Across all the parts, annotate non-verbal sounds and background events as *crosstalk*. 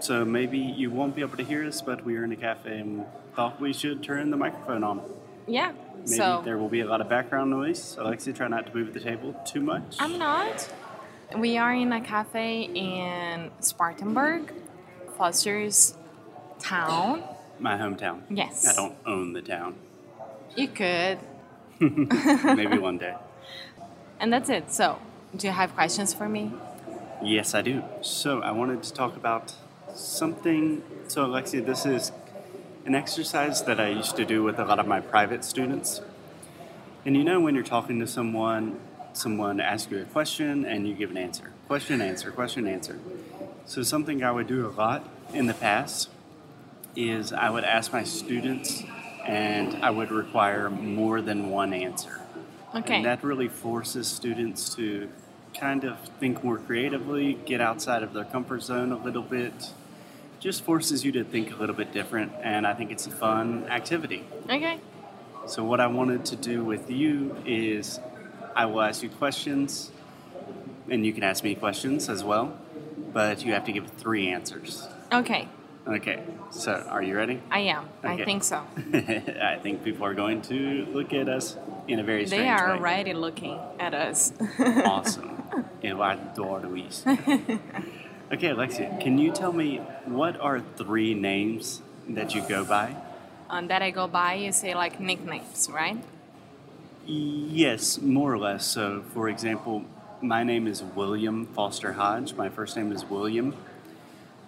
So maybe you won't be able to hear us, but we were in a cafe and thought we should turn the microphone on. Yeah. Maybe so there will be a lot of background noise. Alexia, try not to move the table too much. I'm not. We are in a cafe in Spartanburg, Foster's town. My hometown. Yes. I don't own the town. You could. *laughs* Maybe one day. And that's it. So, do you have questions for me? Yes, I do. So I wanted to talk about something. So, Alexia, this is an exercise that I used to do with a lot of my private students. And you know, when you're talking to someone, someone asks you a question and you give an answer question, answer, question, answer. So, something I would do a lot in the past is I would ask my students and I would require more than one answer. Okay. And that really forces students to kind of think more creatively, get outside of their comfort zone a little bit. Just forces you to think a little bit different, and I think it's a fun activity. okay. So, what I wanted to do with you is I will ask you questions, and you can ask me questions as well, but you have to give three answers. Okay. Okay, so are you ready? *laughs* I am. Okay. I think so. I think people are going to look at us in a very strange They are way. already looking at us. *laughs* awesome. Eu adoro *laughs* isso. okay, Alexia, can you tell me what are three names that you go by? On that I go by, you say like nicknames, right? Yes, more or less. So, for example, my name is William Foster Hodge. My first name is William.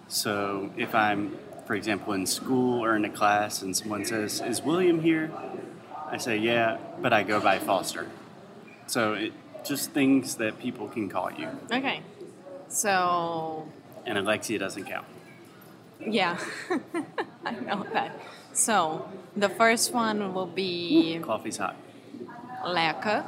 So, if I'm, for example, in school or in a class and someone says, Is William here? I say, Yeah, but I go by Foster. So, it, just things that people can call you. Okay. So, And Alexia doesn't count. yeah. *laughs* I know that. So, the first one will be Coffee's hot. Leka.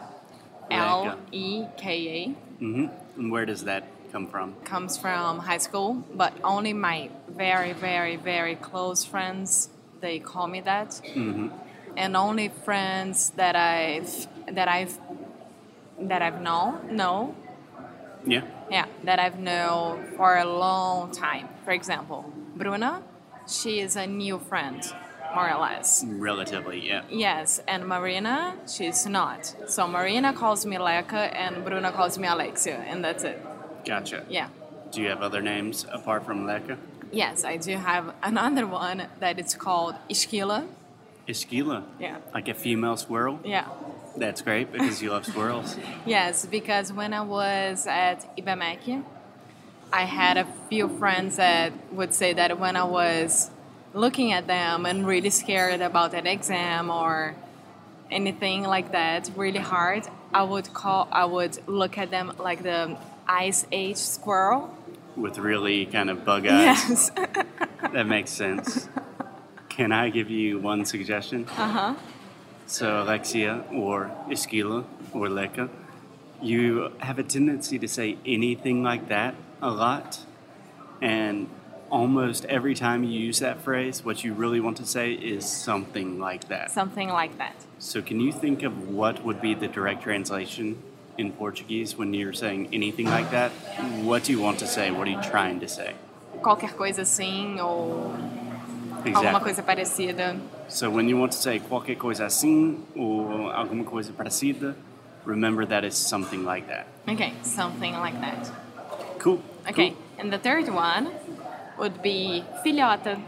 L E K hmm And where does that come from? A comes from high school, but only my very, very, very close friends they call me that, and only friends that I've that I've that I've known know Yeah. yeah that I've known for a long time. For example, Bruna, she is a new friend, more or less. Relatively, yeah. Yes, and Marina, she's not. So Marina calls me Leka and Bruna calls me Alexia, and that's it. Gotcha. Yeah. Do you have other names apart from Leka? Yes, I do have another one that is called Ischila. Ischila. Yeah. Like a female squirrel? Yeah. That's great because you love *laughs* squirrels. Yes, because when I was at Ibameki, I had a few friends that would say that when I was looking at them and really scared about an exam or anything like that, really hard, I would call I would look at them like the ice age squirrel. With really kind of bug eyes. *laughs* Yes. That makes sense. Can I give you one suggestion? Uh huh. So, Alexia or Ischila or Leka, you have a tendency to say anything like that a lot. And almost every time you use that phrase, what you really want to say is something like that. Something like that. So, can you think of what would be the direct translation in Portuguese when you're saying anything like that? What do you want to say? What are you trying to say? Qualquer coisa assim ou alguma Oh, coisa parecida. So, when you want to say qualquer coisa assim or alguma coisa parecida, remember that it's something like that. Okay, something like that. Cool. Okay, and the third one would be filhota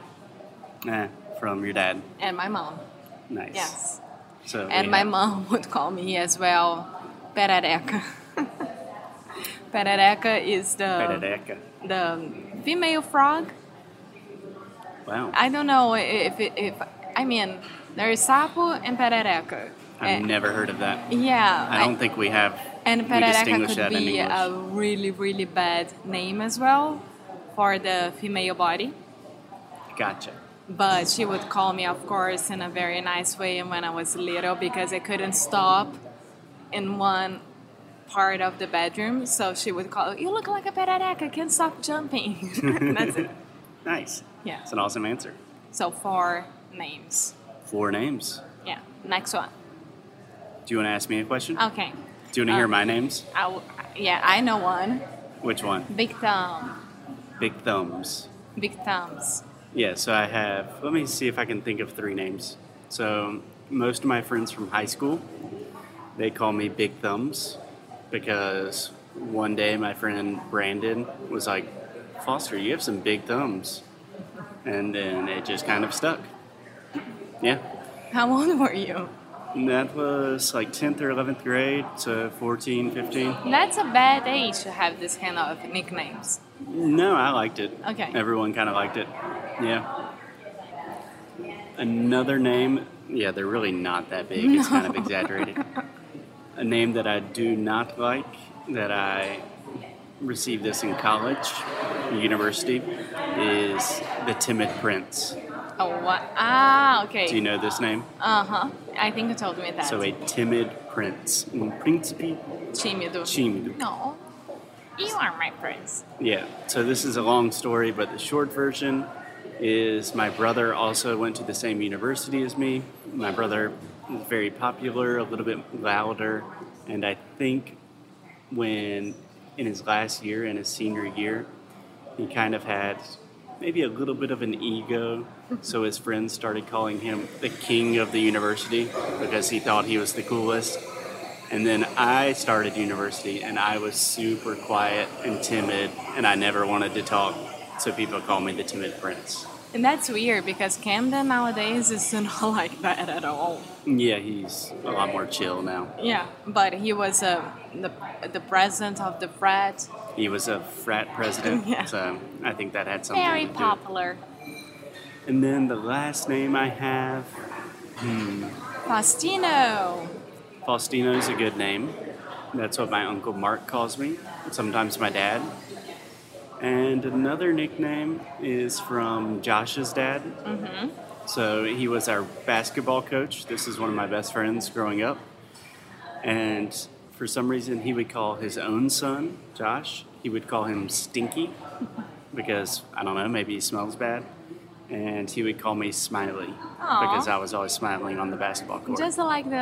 Cool. Eh, from your dad. and my mom. Nice. Yes. So we And my have- mom *laughs* would call me as well *laughs* perereca. perereca is the Perereca. the female frog. Wow. I don't know if it, if I mean there is sapo and perereca. I've And- never heard of that. yeah. I don't think we have. And we distinguish perereca could that in be English. a really, really bad name as well for the female body. Gotcha. But she would call me, of course, in a very nice way when I was little because I couldn't stop in one part of the bedroom. So she would call, You look like a perereca, can't stop jumping. *laughs* That's *laughs* it. Nice. Yeah. It's an awesome answer. So, four names. Four names. Yeah. Next one. Do you want to ask me a question? Okay. Do you want to um, hear my names? I w- yeah, I know one. Which one? Big thumb. Big thumbs. Big thumbs. Yeah, so I have, let me see if I can think of three names. So, most of my friends from high school, they call me Big Thumbs because one day my friend Brandon was like, Foster, you have some big thumbs. And then it just kind of stuck. Yeah. How *laughs* old were you? And that was like 10th or 11th grade, so 14, 15. That's a bad age to have this kind of nicknames. No, I liked it. Okay. Everyone kind of liked it. Yeah. Another name, yeah, they're really not that big. It's kind of exaggerated. A name that I do not like that I received this in college, university, is the Timid Prince. Oh, what? Ah, okay. Do you know this name? Uh huh. I think you told me that. So a timid prince, um príncipe Tímido. tímido. No. You are my prince. Yeah, so this is a long story, but the short version is my brother also went to the same university as me. My brother was very popular, a little bit louder, and I think when in his last year, in his senior year, he kind of had maybe a little bit of an ego, so his friends started calling him the king of the university because he thought he was the coolest. And then I started university and I was super quiet and timid and I never wanted to talk. So people call me the timid prince. And that's weird because Camden nowadays is *laughs* not like that at all. Yeah, he's a lot more chill now. Yeah, but he was uh, the, the president of the frat. He was a frat president, Yeah. so I think that had something Very to do. popular. And then the last name I have, Faustino. Faustino is a good name. That's what my uncle Mark calls me, sometimes my dad. And another nickname is from Josh's dad. Mm-hmm. So he was our basketball coach. This is one of my best friends growing up. And for some reason, he would call his own son, Josh, he would call him *laughs* Stinky because, I don't know, maybe he smells bad. And he would call me Smiley Aw. because I was always smiling on the basketball court. Just like the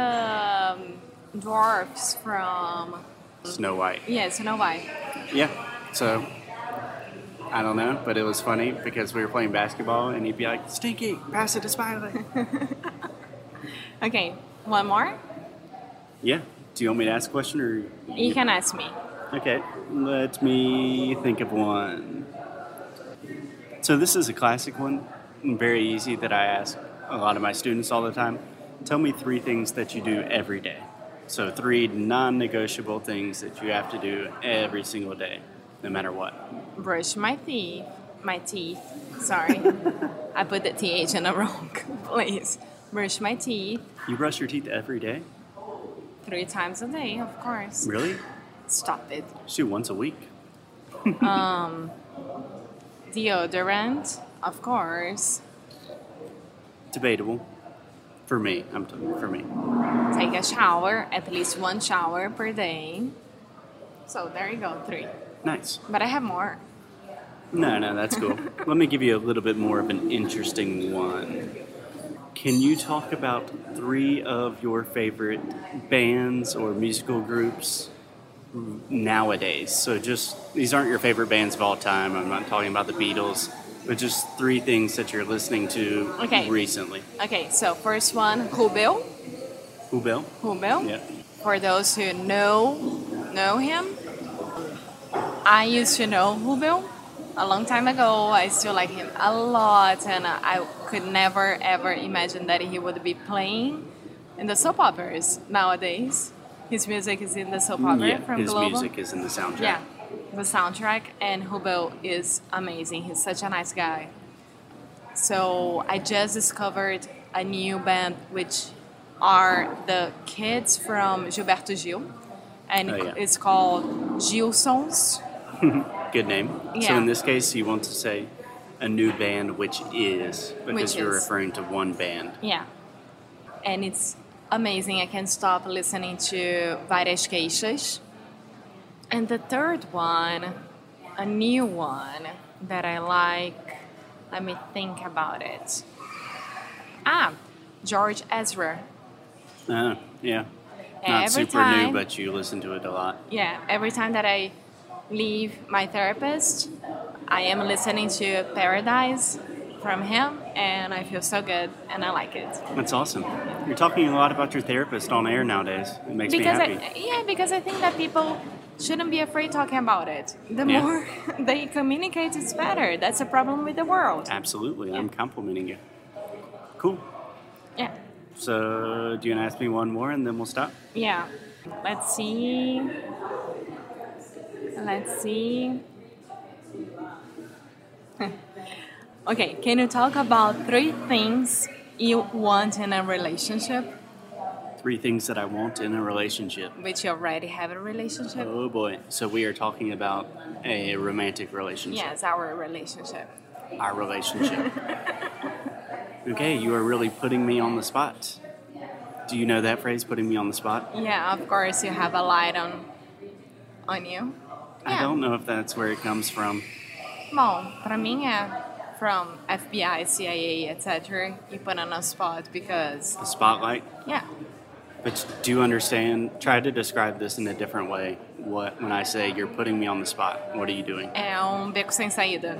um, dwarfs from. Snow White. Yeah, Snow White. Yeah. So I don't know, but it was funny because we were playing basketball and he'd be like, Stinky, pass it to Smiley. *laughs* Okay, one more? yeah. Do you want me to ask a question or You can ask me. Okay. Let me think of one. So this is a classic one, and very easy that I ask a lot of my students all the time. Tell me three things that you do every day. So three non-negotiable things that you have to do every single day, no matter what. brush my teeth. My teeth. Sorry. I put the TH in the wrong *laughs* place. Brush my teeth You brush your teeth every day? three times a day, of course. Really? Stop it. Just do once a week. Deodorant, of course. Debatable. For me, I'm t- for me. Take a shower, at least one shower per day. So there you go, three. Nice. But I have more. No, no, that's *laughs* cool. Let me give you a little bit more of an interesting one. Can you talk about three of your favorite bands or musical groups nowadays? So just these aren't your favorite bands of all time. I'm not talking about the Beatles, but just three things that you're listening to Okay. recently. Okay, so first one, Rubel. Ubel? Rubel. Yeah. For those who know know him, I used to know Rubel a long time ago. I still like him a lot, and I could never ever imagine that he would be playing in the soap operas nowadays. His music is in the soap opera Yeah, from his Global. music is in the soundtrack. Yeah, the soundtrack and Hubel is amazing. He's such a nice guy. So I just discovered a new band, which are the kids from Gilberto Gil, and Oh, yeah. it's called Gilsons. Good name. So Yeah. in this case, you want to say a new band, which is because Which you're is. referring to one band. Yeah, and it's amazing. I can't stop listening to Várias Queixas. And the third one, a new one that I like. Let me think about it. Ah, George Ezra. Oh, yeah. Not Every super new, time- but you listen to it a lot. Yeah, every time that I leave my therapist, I am listening to Paradise from him, and I feel so good, and I like it. That's awesome. You're talking a lot about your therapist on air nowadays. It makes because me happy. I, yeah, because I think that people shouldn't be afraid talking about it. The Yeah. more *laughs* they communicate, it's better. That's a problem with the world. Absolutely. I'm complimenting you. Cool. Yeah, So, do you want to ask me one more and then we'll stop? yeah. Let's see. Let's see. *laughs* okay, can you talk about three things you want in a relationship, Three things that I want in a relationship. which you already have a relationship? Oh boy. So, we are talking about a romantic relationship, Yes, our relationship. our relationship. okay, you are really putting me on the spot. Do you know that phrase, putting me on the spot? Yeah, of course you have a light on on you. I don't know if that's where it comes from. Bom, pra mim é from FBI, CIA, etc. You put on a e spot because The spotlight. yeah, But do you understand? Try to describe this in a different way. What when I say you're putting me on the spot, what are you doing? é um beco sem saída.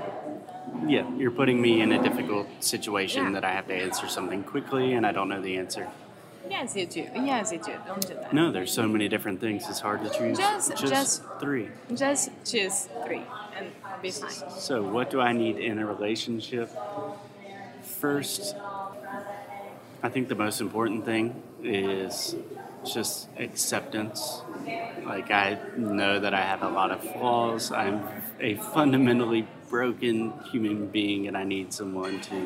Yeah, you're putting me in a difficult situation Yeah. that I have to answer something quickly and I don't know the answer. Yes, you do. Yes, you do. Don't do that. No, there's so many different things. It's hard to choose Just- just- three. Just choose three, and I'll be fine. So, what do I need in a relationship? First, I think the most important thing is just acceptance. Like, I know that I have a lot of flaws. I'm a fundamentally broken human being, and I need someone to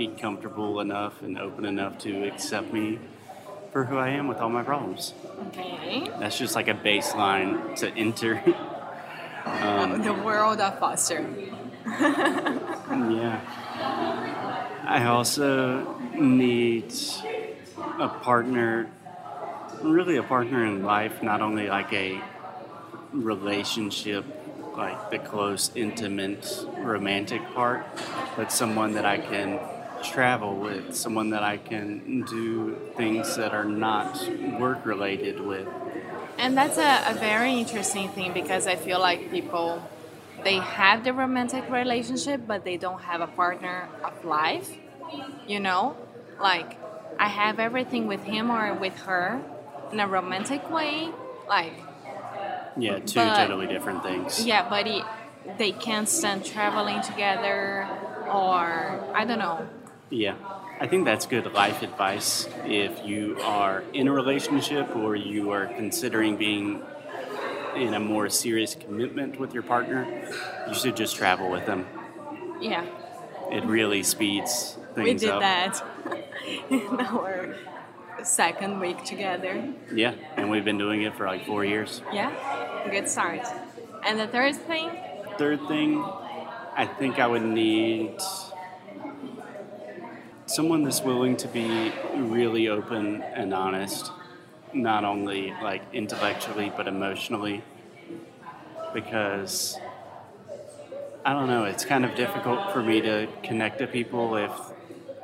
be comfortable enough and open enough to accept me for who I am with all my problems. Okay. That's just like a baseline to enter. *laughs* the world of Foster. Yeah. I also need a partner, really a partner in life, not only like a relationship, like the close, intimate, romantic part, but someone that I can travel with, someone that I can do things that are not work related with. And that's a, a very interesting thing because I feel like people they have the romantic relationship but they don't have a partner of life. You know? Like I have everything with him or with her in a romantic way. Like Yeah, two But- totally different things. yeah, but it, they can't stand traveling together or I don't know. Yeah, I think that's good life advice if you are in a relationship or you are considering being in a more serious commitment with your partner. You should just travel with them. Yeah. It really speeds things We did up. that *laughs* in our second week together. Yeah, and we've been doing it for like four years. Yeah, good start. And the third thing, Third thing, I think I would need someone that's willing to be really open and honest, not only like intellectually but emotionally, because I don't know, it's kind of difficult for me to connect to people if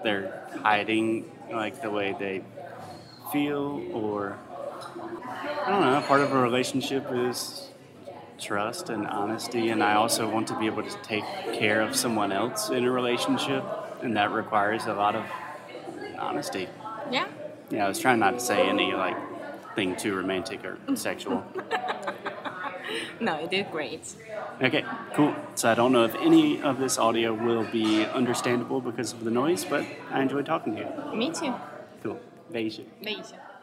they're hiding like the way they feel or I don't know, part of a relationship is trust and honesty and i also want to be able to take care of someone else in a relationship and that requires a lot of honesty yeah, yeah i was trying not to say any like thing too romantic or sexual no, you did great. okay cool so i don't know if any of this audio will be understandable because of the noise but i enjoyed talking to you Me too. cool Beijo. Beijo.